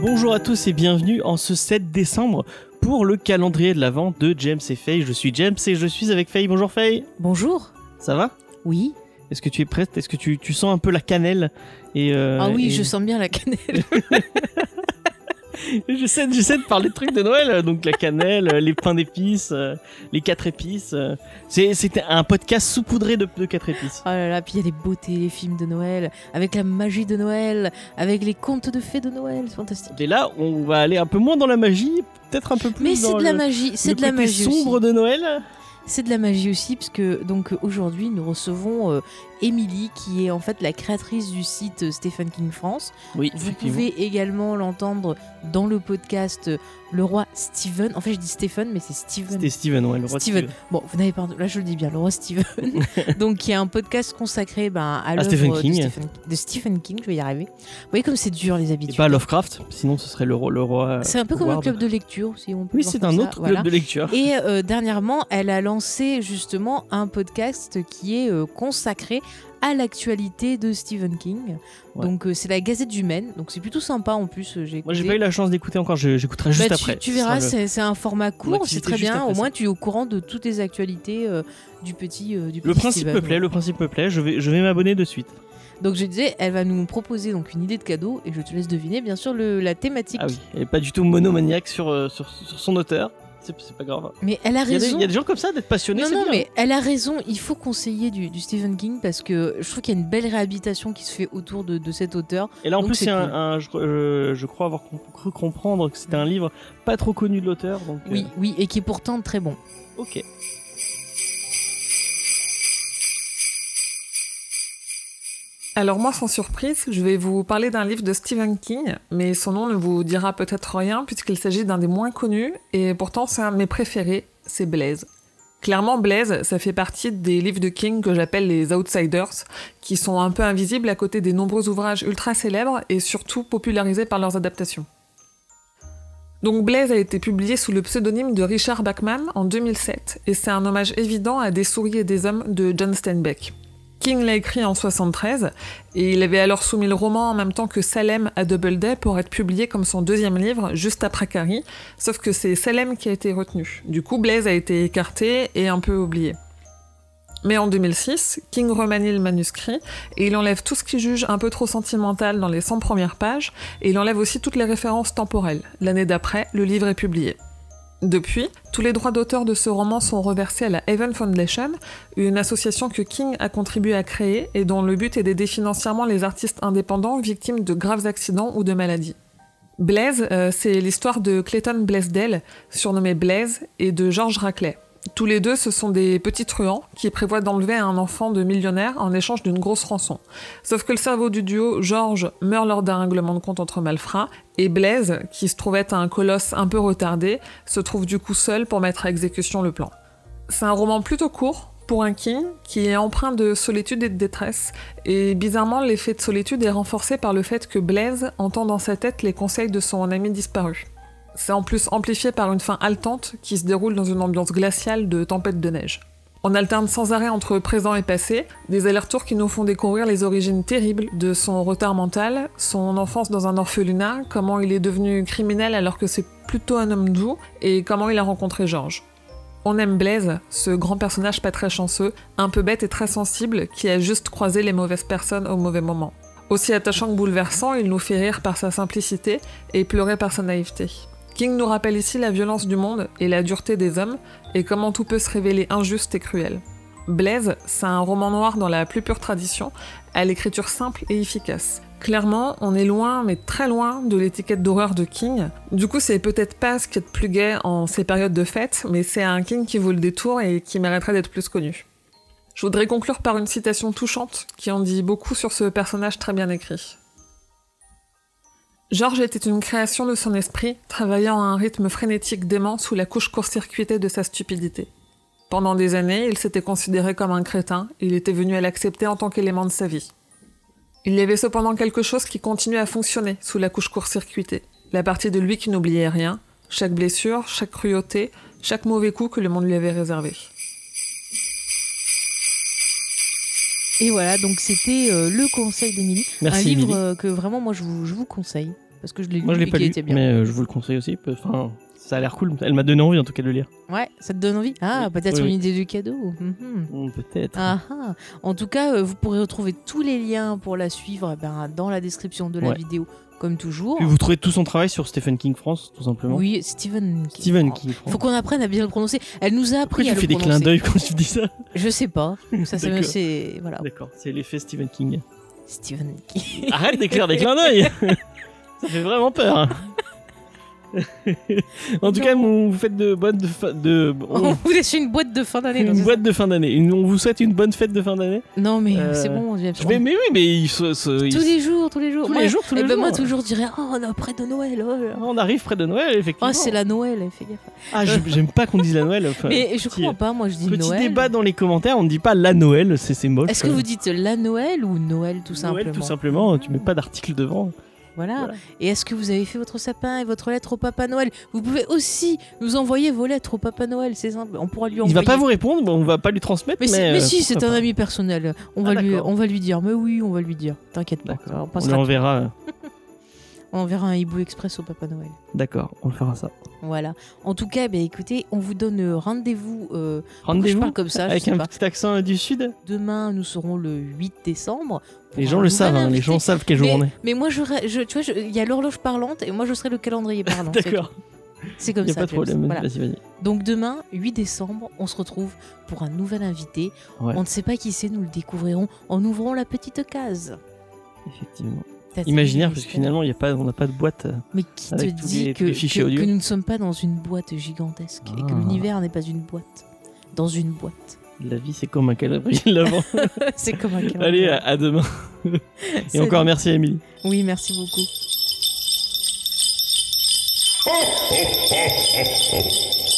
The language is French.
Bonjour à tous et bienvenue en ce 7 décembre pour le calendrier de l'Avent de James et Faye. Je suis James et je suis avec Faye. Bonjour Faye, Bonjour. ça va Oui. Est-ce que tu es prête Est-ce que tu, tu sens un peu la cannelle et, euh, ah oui, et- je sens bien la cannelle. J'essaie j'essaie de parler de trucs de Noël, euh, donc la cannelle, euh, les pains d'épices, euh, les quatre épices. euh. C'est- C'était un podcast saupoudré de, de quatre épices. oh là là, puis il y a les beautés, les films de Noël, avec la magie de Noël, avec les contes de fées de Noël, c'est fantastique. Et là, on va aller un peu moins dans la magie, peut-être un peu plus Mais dans c'est de la le- magie, c'est le de la côté magie sombre aussi. de Noël. C'est de la magie aussi, parce que donc aujourd'hui nous recevons euh, Émilie, qui est en fait la créatrice du site euh, Stephen King France. Oui, Vous pouvez également l'entendre dans le podcast euh, Le Roi Stephen. En fait, je dis Stephen, mais c'est Stephen. C'était Steven, ouais, le roi Steven. Steven. Bon, vous n'avez pas entendu- là je le dis bien, le roi Steven. Donc, qui est un podcast consacré ben, à l'œuvre Ah, Stephen de King. Stephen, de Stephen King, je vais y arriver. Vous voyez comme c'est dur les Et habitudes. pas Lovecraft, sinon ce serait le, roi- le roi. euh, C'est un peu comme Howard. un club de lecture, si on peut Oui, voir c'est comme un ça, autre club voilà. de lecture. Et euh, dernièrement, elle a lancé justement un podcast qui est euh, consacré à l'actualité de Stephen King. Ouais. Donc, euh, c'est la Gazette du Maine. Donc, c'est plutôt sympa en plus. euh, Moi, j'ai écouté. pas eu la chance d'écouter encore, je- j'écouterai juste Bah, tu- après. Tu, Ce verras, sera le- c'est c'est un format court, c'est activité très juste bien. après Au ça. moins, tu es au courant de toutes les actualités euh, du petit. euh, du Le petit principe Steven. me plaît, le principe me plaît, je vais, je vais m'abonner de suite. Ah Donc je disais, elle va nous proposer donc une idée de cadeau et je te laisse deviner bien sûr le- la thématique. Ah oui, elle est pas du tout monomaniaque sur, euh, sur, sur son auteur, c'est c'est pas grave. Mais elle a Il y, a des, raison. il y a des gens comme ça d'être passionnés, Non, c'est non, bien. mais elle a raison. Il faut conseiller du, du Stephen King parce que je trouve qu'il y a une belle réhabilitation qui se fait autour de, de cet auteur. Et là, en donc plus, c'est c'est un, un- je, euh, je crois avoir com- cru comprendre que c'était un livre pas trop connu de l'auteur, donc. euh, Oui, oui, et qui est pourtant très bon. ok. Alors moi, sans surprise, je vais vous parler d'un livre de Stephen King, mais son nom ne vous dira peut-être rien puisqu'il s'agit d'un des moins connus, et pourtant c'est un de mes préférés, c'est Blaze. Clairement, Blaze, ça fait partie des livres de King que j'appelle les outsiders, qui sont un peu invisibles à côté des nombreux ouvrages ultra célèbres et surtout popularisés par leurs adaptations. Donc Blaze a été publié sous le pseudonyme de Richard Bachman en 2007, et c'est un hommage évident à Des souris et des hommes de John Steinbeck. King l'a écrit en 73, et il avait alors soumis le roman en même temps que Salem à Doubleday pour être publié comme son deuxième livre juste après Carrie, sauf que c'est Salem qui a été retenu. Du coup, Blaze a été écarté et un peu oublié. Mais en 2006, King remanie le manuscrit et il enlève tout ce qu'il juge un peu trop sentimental dans les 100 premières pages et il enlève aussi toutes les références temporelles. L'année d'après, le livre est publié. Depuis, tous les droits d'auteur de ce roman sont reversés à la Haven Foundation, une association que King a contribué à créer et dont le but est d'aider financièrement les artistes indépendants victimes de graves accidents ou de maladies. Blaze, euh, c'est l'histoire de Clayton Blaisdell, surnommé Blaze, et de George Raclay. Tous les deux, ce sont des petits truands qui prévoient d'enlever un enfant de millionnaire en échange d'une grosse rançon. Sauf que le cerveau du duo, George, meurt lors d'un règlement de compte entre malfrats, et Blaze, qui se trouvait un colosse un peu retardé, se trouve du coup seul pour mettre à exécution le plan. C'est un roman plutôt court pour un king qui est empreint de solitude et de détresse. Et bizarrement, l'effet de solitude est renforcé par le fait que Blaise entend dans sa tête les conseils de son ami disparu. C'est en plus amplifié par une fin haletante qui se déroule dans une ambiance glaciale de tempête de neige. On alterne sans arrêt entre présent et passé, des allers-retours qui nous font découvrir les origines terribles de son retard mental, son enfance dans un orphelinat, comment il est devenu criminel alors que c'est plutôt un homme doux, et comment il a rencontré George. On aime Blaise, ce grand personnage pas très chanceux, un peu bête et très sensible, qui a juste croisé les mauvaises personnes au mauvais moment. Aussi attachant que bouleversant, il nous fait rire par sa simplicité et pleurer par sa naïveté. King nous rappelle ici la violence du monde et la dureté des hommes, et comment tout peut se révéler injuste et cruel. Blaise, c'est un roman noir dans la plus pure tradition, à l'écriture simple et efficace. Clairement, on est loin, mais très loin, de l'étiquette d'horreur de King. Du coup, c'est peut-être pas ce qui est de plus gai en ces périodes de fête, mais c'est un King qui vaut le détour et qui mériterait d'être plus connu. Je voudrais conclure par une citation touchante qui en dit beaucoup sur ce personnage très bien écrit. Georges était une création de son esprit, travaillant à un rythme frénétique dément sous la couche court-circuitée de sa stupidité. Pendant des années, il s'était considéré comme un crétin, et il était venu à l'accepter en tant qu'élément de sa vie. Il y avait cependant quelque chose qui continuait à fonctionner sous la couche court-circuitée, la partie de lui qui n'oubliait rien, chaque blessure, chaque cruauté, chaque mauvais coup que le monde lui avait réservé. Et voilà, donc euh, c'était euh, le conseil d'Émilie. Un Merci, livre Émilie. euh, que vraiment moi je vous, je vous conseille. parce que je l'ai lu Moi, je l'ai et pas qu'il lu, était bien. mais euh, je vous le conseille aussi. parce- Enfin, ça a l'air cool. Elle m'a donné envie, en tout cas, de le lire. Ouais, ça te donne envie Ah, Oui, peut-être oui, une oui. idée du cadeau. Mhm. Hmm, Peut-être. Ah, ah. En tout cas, euh, vous pourrez retrouver tous les liens pour la suivre eh ben, dans la description de la Ouais. vidéo, comme toujours. Puis vous trouvez tout son travail sur Stephen King France, tout simplement. Oui, Stephen King. Oh. Stephen King France. Faut qu'on apprenne à bien le prononcer. Elle nous a appris Pourquoi à tu le fais des clins prononcer. d'œil quand tu dis ça Je sais pas. Ça, c'est- D'accord. c'est voilà. D'accord, c'est l'effet Stephen King. Stephen King. Arrête d'écrire des clins d'œil Ça fait vraiment peur. hein. en tout Non. cas, vous vous faites de bonnes de, fa- de On vous laisse une boîte de fin d'année. Oh. non, une c'est boîte de fin d'année. Une- On vous souhaite une bonne fête de fin d'année. ça Non, mais Euh, c'est bon, on vient Je vais- mais oui, mais il se- se- il- Tous les jours, tous les jours. tous Moi, les jours, tous eh les ben, jours. moi toujours je dirais oh on est près de Noël. Oh, là. On arrive près de Noël, effectivement. Oh, c'est la Noël, fais gaffe. Ah, j'ai- j'aime pas qu'on dise la Noël. enfin, Mais je petit- hein. comprends pas, moi je dis Petit Noël. débat dans les commentaires, on ne dit pas la Noël, c'est c'est moche. Est-ce que vous dites la Noël ou Noël tout simplement Noël, tout simplement, tu mets pas d'article devant. Voilà. Voilà. Et est-ce que vous avez fait votre sapin et votre lettre au Papa Noël Vous pouvez aussi nous envoyer vos lettres au Papa Noël, c'est simple. On pourra lui Il envoyer. va pas vous répondre, bon, on va pas lui transmettre. Mais, Mais, c'est- mais euh, si, pourquoi c'est un pas. ami personnel. On va Ah, lui, d'accord. on va lui dire. Mais oui, on va lui dire. T'inquiète pas. D'accord. On, On passera- lui enverra. euh, on enverra un hibou express au Papa Noël. D'accord, on le fera ça. Voilà. En tout cas, ben écoutez, on vous donne euh, rendez-vous. euh, pourquoi je Rendez-vous parle comme ça. je avec sais un pas. petit accent euh, du sud. Demain, nous serons le 8 décembre. pour Les un gens le nouvel savent, hein, les invité. gens savent quelle Mais- journée. Mais moi, je, ra- je- tu vois, je- il y a l'horloge parlante et moi, je serai le calendrier parlant. c'est tout. D'accord, C'est il comme n'y a ça. pas de James. problème. Voilà. Vas-y, vas-y. Donc demain, 8 décembre, on se retrouve pour un nouvel invité. Ouais. On ne sait pas qui c'est, nous le découvrirons en ouvrant la petite case. Effectivement. T'as- Imaginaire, parce que finalement, il y a pas, on n'a pas de boîte. euh, Mais qui te avec tous dit les- que, tous les fichiers que- audio. que nous ne sommes pas dans une boîte gigantesque et que Ah. l'univers n'est pas une boîte Dans une boîte. La vie, c'est comme un calendrier de l'avant. c'est comme un Allez, à, à demain. Et encore merci, Émilie. Oui, merci beaucoup.